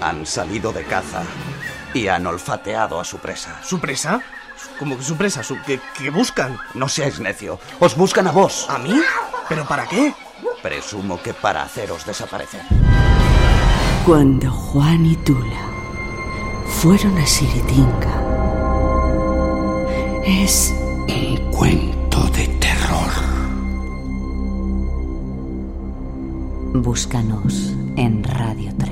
Han salido de caza y han olfateado a su presa. ¿Su presa? ¿Cómo que su presa? ¿Su, qué, qué buscan? No seáis necio. Os buscan a vos. ¿A mí? ¿Pero para qué? Presumo que para haceros desaparecer. Cuando Juan y Tula fueron a Siritinga, es un cuento de terror. Búscanos en Radio 3.